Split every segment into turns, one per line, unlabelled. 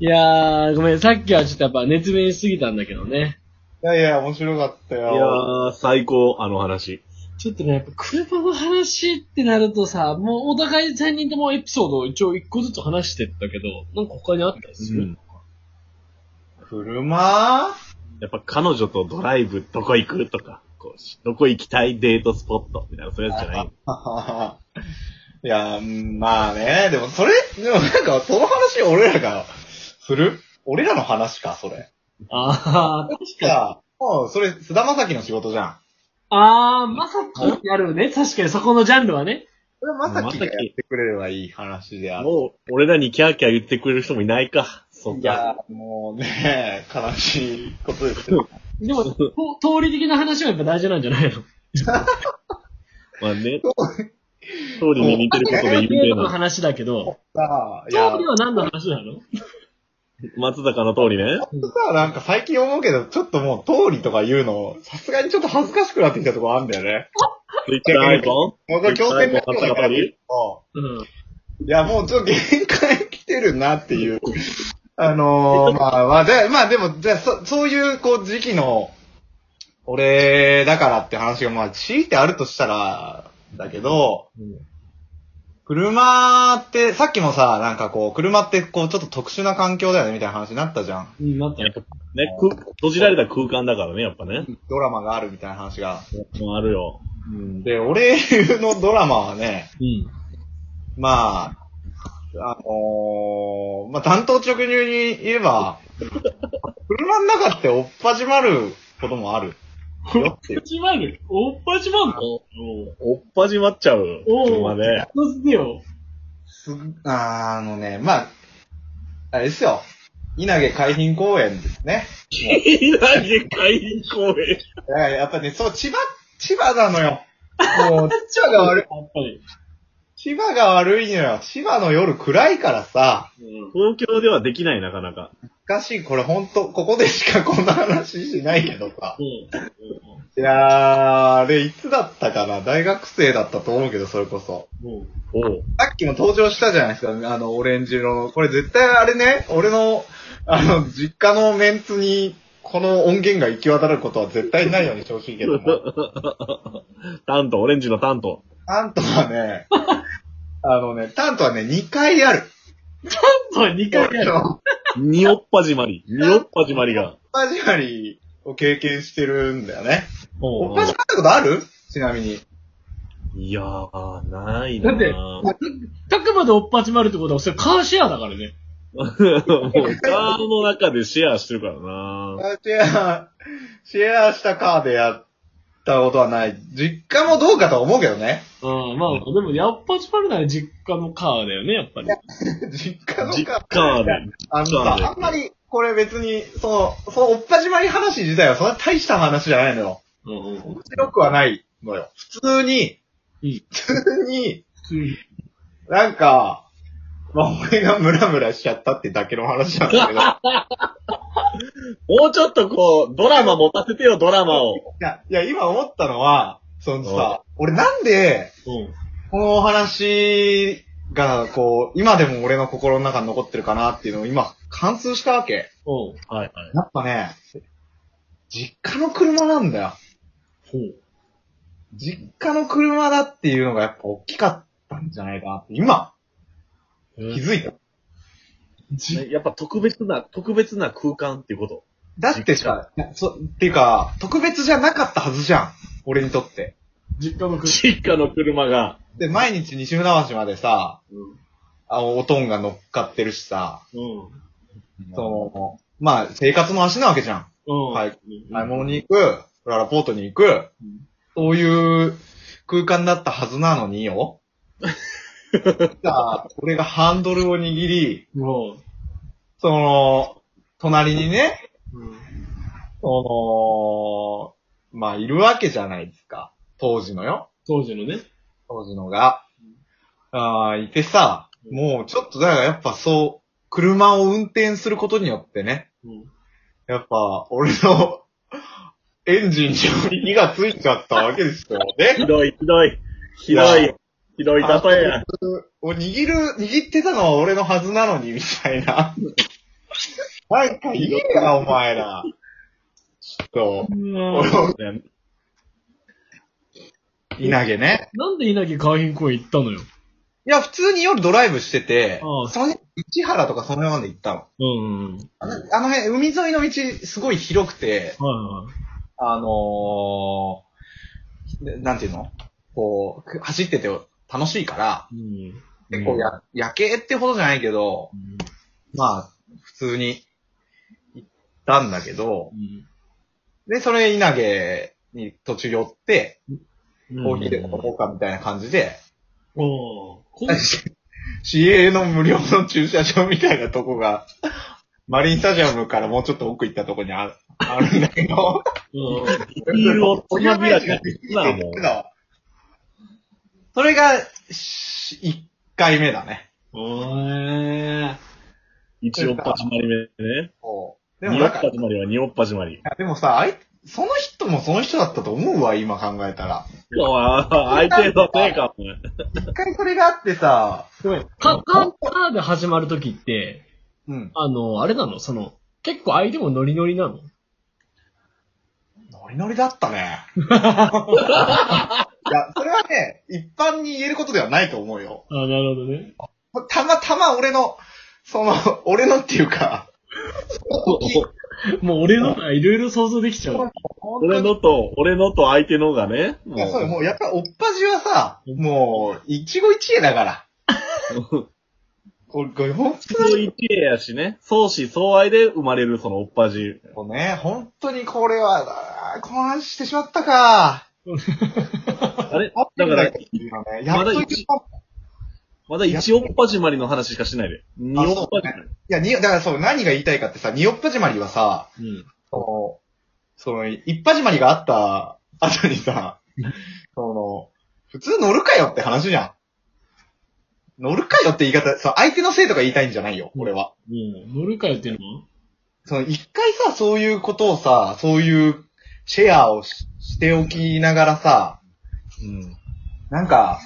いやー、ごめん、さっきはちょっとやっぱ熱弁しすぎたんだけどね。
いやいや、面白かった
いや
よ。
ー、最高、あの話。
ちょっとね、やっぱ車の話ってなるとさ、もうお互い3人ともエピソードを一応1個ずつ話してったけど、なんか他にあったりす
う
る、
ん。
車
やっぱ彼女とドライブ、どこ行くとか、こうしどこ行きたいデートスポットみたいな、そういうやつじゃない。
いや、うんまあね、でもそれ、でもなんか、その話俺らが、する俺らの話か、それ。
あー、確
い
かに。
や、もう、それ、菅田将暉の仕事じゃん。
あー、まさかやるね。確かにそこのジャンルはね。
それはまさきがやってくれればいい話である。
もう、俺らにキャーキャー言ってくれる人もいないか。そん
い
な。
や、もうね、悲しいことですよ。
で も、と通り的な話はやっぱ大事なんじゃないの
まあ ね。通りに似てることで有
デー
名
トの
な。
話だけど、
さあ、い
通
や、
りは何の話なの
松坂の通りね。
ほんとさ、なんか最近思うけど、ちょっともう通りとか言うの、さすがにちょっと恥ずかしくなってきたとこあるんだよね。
ツイッターアイコ
僕は強制的に
松坂通り
うん。
いや、もうちょっと限界来てるなっていう。あのー、まあ、まあ、で、まあでも、じゃあそ、そういう、こう、時期の、俺、だからって話が、まあ、強いてあるとしたら、だけど、車って、さっきもさ、なんかこう、車って、こう、ちょっと特殊な環境だよね、みたいな話になったじゃん。
うん、待って。
ンね、く、閉じられた空間だからね、やっぱね。
ドラマがあるみたいな話が。
もうあるよ。
で、俺のドラマはね、
うん。
まあ、あのー、まあ、担当直入に言えば、車の中って追っ始まることもある。よってい
おっ
う
ぱじまるおっぱじまんの
おっぱじまっちゃう。
お
車で。
そうすね よ。
す あーあのね、まあ、あれですよ。稲毛海浜公園ですね。
稲毛海浜公園。
だからやっぱね、そう、千葉、千葉なのよ。もう、 千葉が悪い。
やっぱり。
千葉が悪いのよ。千葉の夜暗いからさ、
うん。
東京ではできない、なかなか。
難しい、これほんと、ここでしかこんな話しないけどさ。
う
いやー、で、いつだったかな大学生だったと思うけど、それこそ。
ん。うん。
お う。
さっきも登場したじゃないですか、あの、オレンジ色の。これ絶対あれね、俺の、あの、実家のメンツに、この音源が行き渡ることは絶対ないようにしてほしいけど も。
タント、オレンジのタント。
タントはね、あのね、タントはね、2回ある。
そう、2回やる。
におっぱじ まり。におっぱじまりが。
始まりを経験してるんだよね。
お
おかしかったことあるちなみに。
いやー、ないな
だって
ー、
たくまでおっぱじまるってことは、それカーシェアだからね。
もう、カーの中でシェアしてるからな
シェア、シェアしたカーでやったことはない。実家もどうかとは思うけどね。
うん、まあ、でも、やっぱじまるなら実家のカーだよね、やっぱり。
実家の
実
カー。
家で。
あの
そう
さ
なんだ、よ
あんまり、これ別に、その、その、おっぱじまり話自体はそんな大した話じゃないのよ。
うんうんうん。
面白くはないのよ。普通に、
うん
普通に、
普通に。
なんか、まあ、俺がムラムラしちゃったってだけの話なんだけど。い
もうちょっとこう、ドラマ持たせてよ、ドラマを。
や、いや、今思ったのは、そのさ、俺なんで、
うん。
このお話が、こう、今でも俺の心の中に残ってるかなっていうのを今、貫通したわけ。
うん。
はいはい。
やっぱね、実家の車なんだよ。
ほう。
実家の車だっていうのがやっぱ大きかったんじゃないかなって、今、気づいた。
ねやっぱ特別な、特別な空間っていうこと。
だってさ、いやそっていうか、特別じゃなかったはずじゃん。俺にとって。
実家の車。
実家の車が。
で、毎日西船橋までさ、
うん。
あおとんが乗っかってるしさ、
うん。
その、まあ、生活の足なわけじゃん。
うん。
はい
うん。
買い物に行く、ララポートに行く
うん、
そういう空間だったはずなの によ。じゃあ、俺がハンドルを握り、
も
その、隣にね、
う。うん。
その、まあ、いるわけじゃないですか。当時のよ。
当時のね。
当時のが。ああ、いてさ、もうちょっと、だからやっぱそう、車を運転することによってね、
うん。
やっぱ、俺の、エンジンに火がついちゃったわけですよね。
ひどい、ひどい。ひどい。ひどい例えや。
を握る、握ってたのは俺のはずなのに、みたいな。なんかいいや、お前ら。ちょっと、稲毛ね。
なんで稲城海浜公園行ったのよ。
いや、普通に夜ドライブしてて、
ああ
その辺、市原とかその辺まで行ったの。
うんうん。
あのあの辺、海沿いの道、すごい広くて、
はいはい。
あのー、なんていうのこう、く走ってて楽しいから、
うん。
結構や、夜景ってほどじゃないけど、
うん
まあ、普通に行ったんだけど
う、ん
で、それ稲毛に途中寄って、
うん
コーヒーでも飲もうかみたいな感じで、
おーコーヒ
CA の無料の駐車場みたいなとこが、マリンスタジアムからもうちょっと奥行ったとこにあるあるんだけど、
ー。
ビールをつまみやかな、もう。
それが、し1回目だね。
うん。え
一おっぱじまり目ね。
でも
二お
な
っ
んか
ぱ、じまりは二おっぱじまり。
でもさ、あいその人もその人だったと思うわ、今考えたら。
ああ、相手のせいか、お前。
一回それがあってさ、
ー。ごめん。カ、カンターで始まるときって、
うん。
あの、あれなのその、結構相手もノリノリなの
ノリノリだった ね。いや、それはね、一般に言えることではないと思うよ。
あ、なるほどね。
たまたま俺の、その、俺のっていうか、
もう俺のがいろいろ想像できちゃう。
俺のと、俺のと相手のがね。も
いや、そう、もうやっぱ、おっぱじはさ、もう、一期一会だから。
う。
これ、これ本
普通一家やしね。相思相愛で生まれるそのおっぱじ。
当ね、本当にこれは、あーこの話してしまったか。
あれ
あ
だから、
やっ
まだ
と
一
一番
まだ一おっぱじまりの話しかしないで。二おっぱじまり。
いや、に、だからそう、何が言いたいかってさ、ニオッパジマリはさ、
うん。
その、その、一パジマリがあった後にさ、その、普通乗るかよって話じゃん。乗るかよって言い方、そう、相手のせいとか言いたいんじゃないよ、俺は。
うん。乗るかよっていうのは
その、一回さ、そういうことをさ、そういうシェアをししておきながらさ、
うん。
なんか、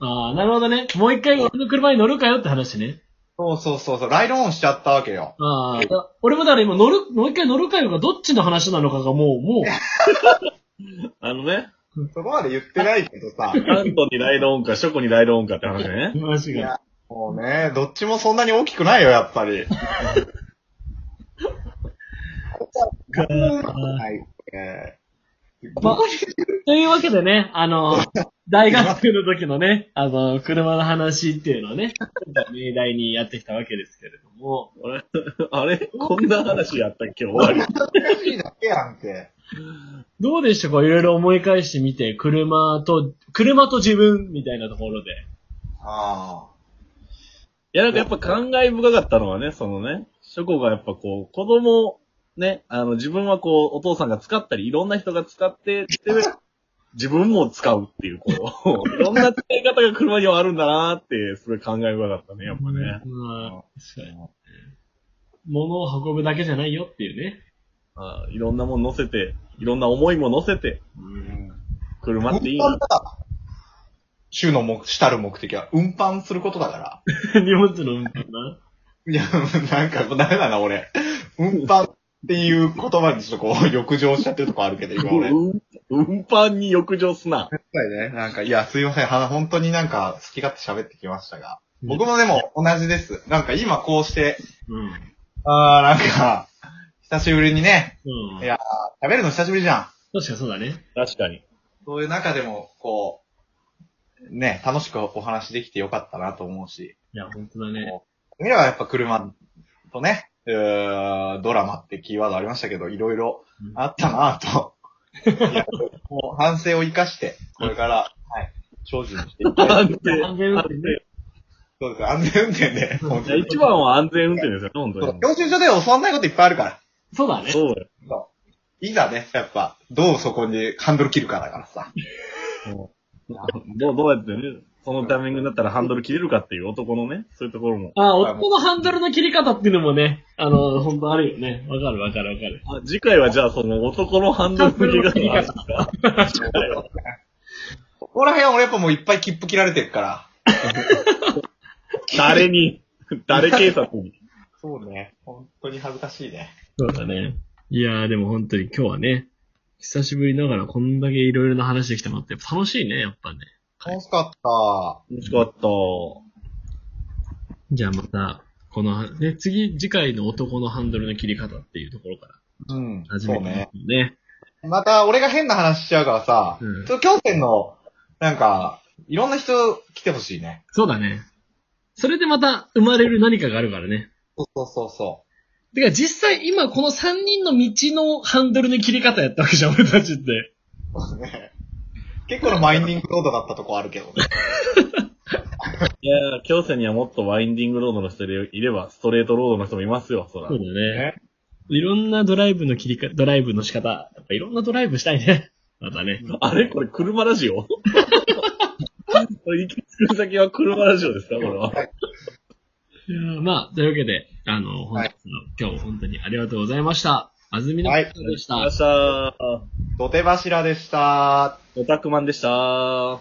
ああ、なるほどね。もう一回俺の車に乗るかよって話ね。
そうそうそうそう、ライドオンしちゃったわけよ。
ああ、だ俺もだから今乗る、もう一回乗るかよがどっちの話なのかがもう、も
あのね、
そこまで言ってないけどさ、
アントにライドオンか、ショコにライドオンかって話ね
う、。話
い
が。
や、もうね、どっちもそんなに大きくないよ、やっぱり。はい。えー
まあというわけでね、あ の、大学生の時のね、あの、車の話っていうのをね、今回命題にやってきたわけですけれども、
あれこんな話やったっけ終わり。
難しいだけやんけ。
どうでしたかいろいろ思い返してみて、車と、車と自分みたいなところで。
あ
いや、なんかやっぱ感慨深かったのはね、そのね、ショコがやっぱこう、子供、ね、あの、自分はこう、お父さんが使ったり、いろんな人が使って、で、自分も使うっていう、こ う、いろんな使い方が車にはあるんだなーって、すごい感慨深かったね、やっぱね。
まあ、確かに。物を運ぶだけじゃないよっていう ね。
あーいろんなもん乗せて、いろんな思いも乗せて、
あ。うん。
車っていい
運
な
搬。だ。主の目、主たる目的は運搬することだから。
荷物の運搬な。
いや、なんかダメだな、俺。運搬っていう言葉にちょっとこう、欲情しちゃってるとこあるけど、今俺。
運運搬に浴場す
は
な。
いね。なんか、いや、すいません。は本当になんか、好き勝手喋ってきましたが。
うん
僕もでも同じです。なんか今こうして、
うん。
あー、なんか、久しぶりにね、
うん。
いや喋るの久しぶりじゃん。
確かそうだね。
確かに。
そういう中でも、こう、ね、楽しくお話できてよかったなと思うし。
いや、本当だね。
見ればやっぱ車とね、うードラマってキーワードありましたけど、いろいろあったなぁと。いやもう反省を生かして、これから、はい、精進していきたい。
安全。
安全運
安
転ね
そうです。安全運転で。本当
全。
に
一番は安全運転ですよ、本当
そう
に。
教習所で教わんないこといっぱいあるから。
そうだね。
そうよ。
いざね、やっぱ、どうそこにハンドル切るかだからさ。
どう、どうやってね、そのタイミングになったらハンドル切れるかっていう男のね、そういうところも。
あ、夫のハンドルの切り方っていうのもね、あの、本当あるよね。わかるわかるわかる。
あ次回はじゃあその男のハンドルの切り方の話ですか。次回は。
ここら辺は俺やっぱもういっぱい切符切られてるから。
誰に、誰警察に。
そうね。本当に恥ずかしいね。
そうだね。いやー、でも本当に今日はね、久しぶりながらこんだけいろいろな話できたのって楽しいね、やっぱね。
楽しかった。
楽しかった。
じゃあまた、この、ね、次、次回の男のハンドルの切り方っていうところから
うん。
始
そ
め
う
て
ね。
みようね。
また、俺が変な話しちゃうからさ、
うん
ちょっと京都の、なんか、いろんな人来てほしいね。
そうだね。それでまた生まれる何かがあるからね。
そうそうそうそ
てか実際今この3人の道のハンドルの切り方やったわけじゃん、俺たちって。
う。 ね結構のマインディングロードだったとこあるけどね。
いやー、京セにはもっとワインディングロードの人いれば、ストレートロードの人もいますよ、そら
そう。だね。いろんなドライブの切りか、ドライブの仕方。やっぱいろんなドライブしたいね。 またね。
あれこれ車ラジオこれ行き着く先は車ラジオですかこれは。
いやーまあ、というわけで、あの、本日の、
はい
今日も本当にありがとうございました。あずみの
はい
方でした。
明日、
土手柱でした。
オタクマンでした。